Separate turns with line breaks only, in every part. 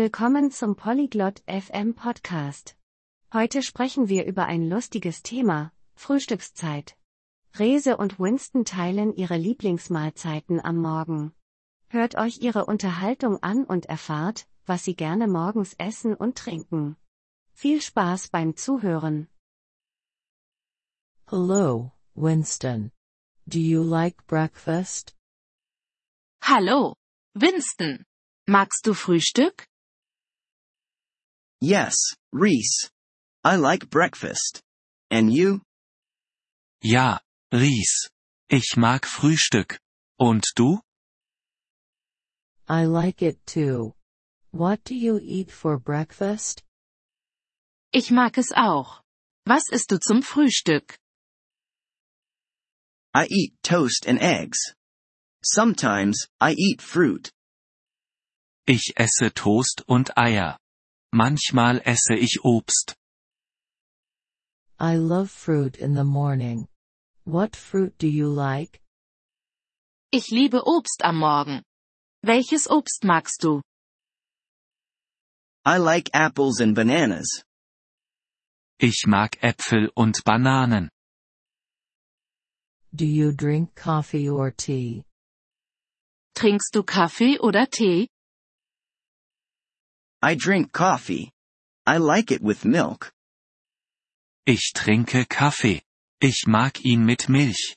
Willkommen zum Polyglot FM Podcast. Heute sprechen wir über ein lustiges Thema, Frühstückszeit. Rese und Winston teilen ihre Lieblingsmahlzeiten am Morgen. Hört euch ihre Unterhaltung an und erfahrt, was sie gerne morgens essen und trinken. Viel Spaß beim Zuhören.
Hello, Winston. Do you like breakfast?
Hallo, Winston. Magst du Frühstück?
Yes, Reese. I like breakfast. And you?
Ja, Ries. Ich mag Frühstück. Und du?
I like it too. What do you eat for breakfast?
Ich mag es auch. Was isst du zum Frühstück?
I eat toast and eggs. Sometimes, I eat fruit.
Ich esse Toast und Eier. Manchmal esse ich Obst.
I love fruit in the morning. What fruit do you like?
Ich liebe Obst am Morgen. Welches Obst magst du?
I like apples and bananas.
Ich mag Äpfel und Bananen.
Do you drink coffee or tea?
Trinkst du Kaffee oder Tee?
I drink coffee. I like it with milk.
Ich trinke Kaffee. Ich mag ihn mit Milch.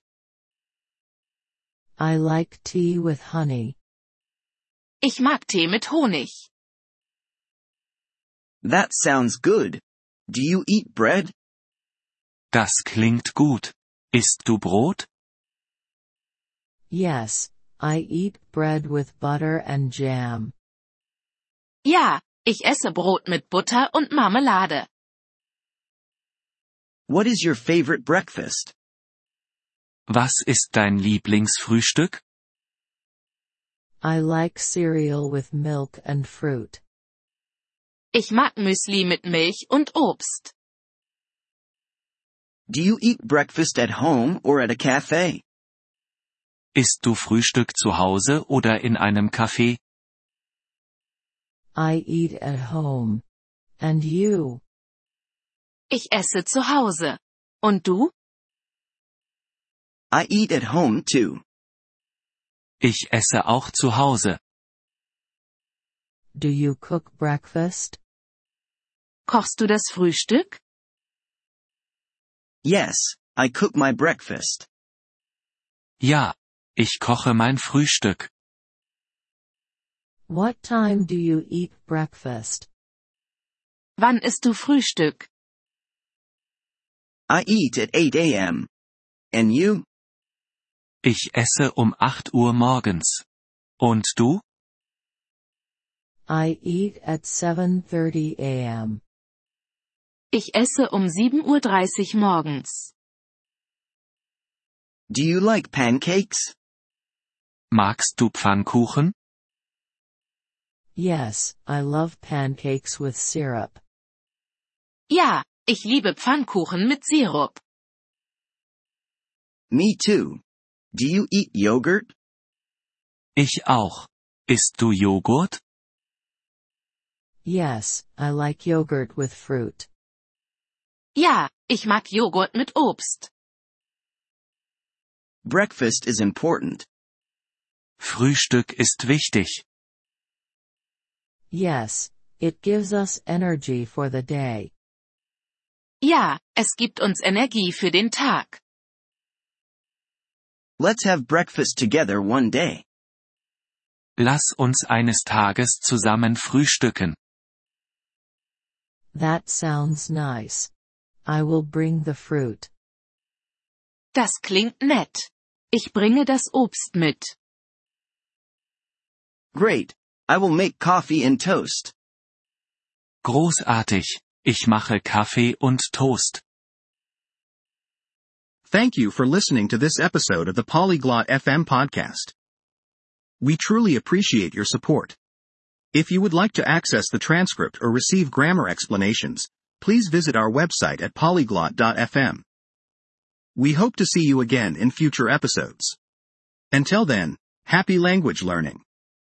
I like tea with honey.
Ich mag Tee mit Honig.
That sounds good. Do you eat bread?
Das klingt gut. Isst du Brot?
Yes, I eat bread with butter and jam.
Ja, ich esse Brot mit Butter und Marmelade.
What is your favorite breakfast?
Was ist dein Lieblingsfrühstück?
I like cereal with milk and fruit.
Ich mag Müsli mit Milch und Obst.
Do you eat breakfast at home or at a cafe?
Isst du Frühstück zu Hause oder in einem Café?
I eat at home. And you?
Ich esse zu Hause. Und du?
I eat at home too.
Ich esse auch zu Hause.
Do you cook breakfast?
Kochst du das Frühstück?
Yes, I cook my breakfast.
Ja. Ich koche mein Frühstück.
What time do you eat breakfast?
Wann isst du Frühstück?
I eat at 8 a.m. And you?
Ich esse um 8 Uhr morgens. Und du?
I eat at 7:30 a.m.
Ich esse um 7.30 Uhr morgens.
Do you like pancakes?
Magst du Pfannkuchen?
Yes, I love pancakes with syrup.
Ja, ich liebe Pfannkuchen mit Sirup.
Me too. Do you eat yogurt?
Ich auch. Isst du Joghurt?
Yes, I like yogurt with fruit.
Ja, ich mag Joghurt mit Obst.
Breakfast is important.
Frühstück ist wichtig.
Yes, it gives us energy for the day.
Ja, es gibt uns Energie für den Tag.
Let's have breakfast together one day.
Lass uns eines Tages zusammen frühstücken.
That sounds nice. I will bring the fruit.
Das klingt nett. Ich bringe das Obst mit.
Great. I will make coffee and toast.
Großartig. Ich mache Kaffee und Toast.
Thank you for listening to this episode of the Polyglot FM podcast. We truly appreciate your support. If you would like to access the transcript or receive grammar explanations, please visit our website at polyglot.fm. We hope to see you again in future episodes. Until then, happy language learning.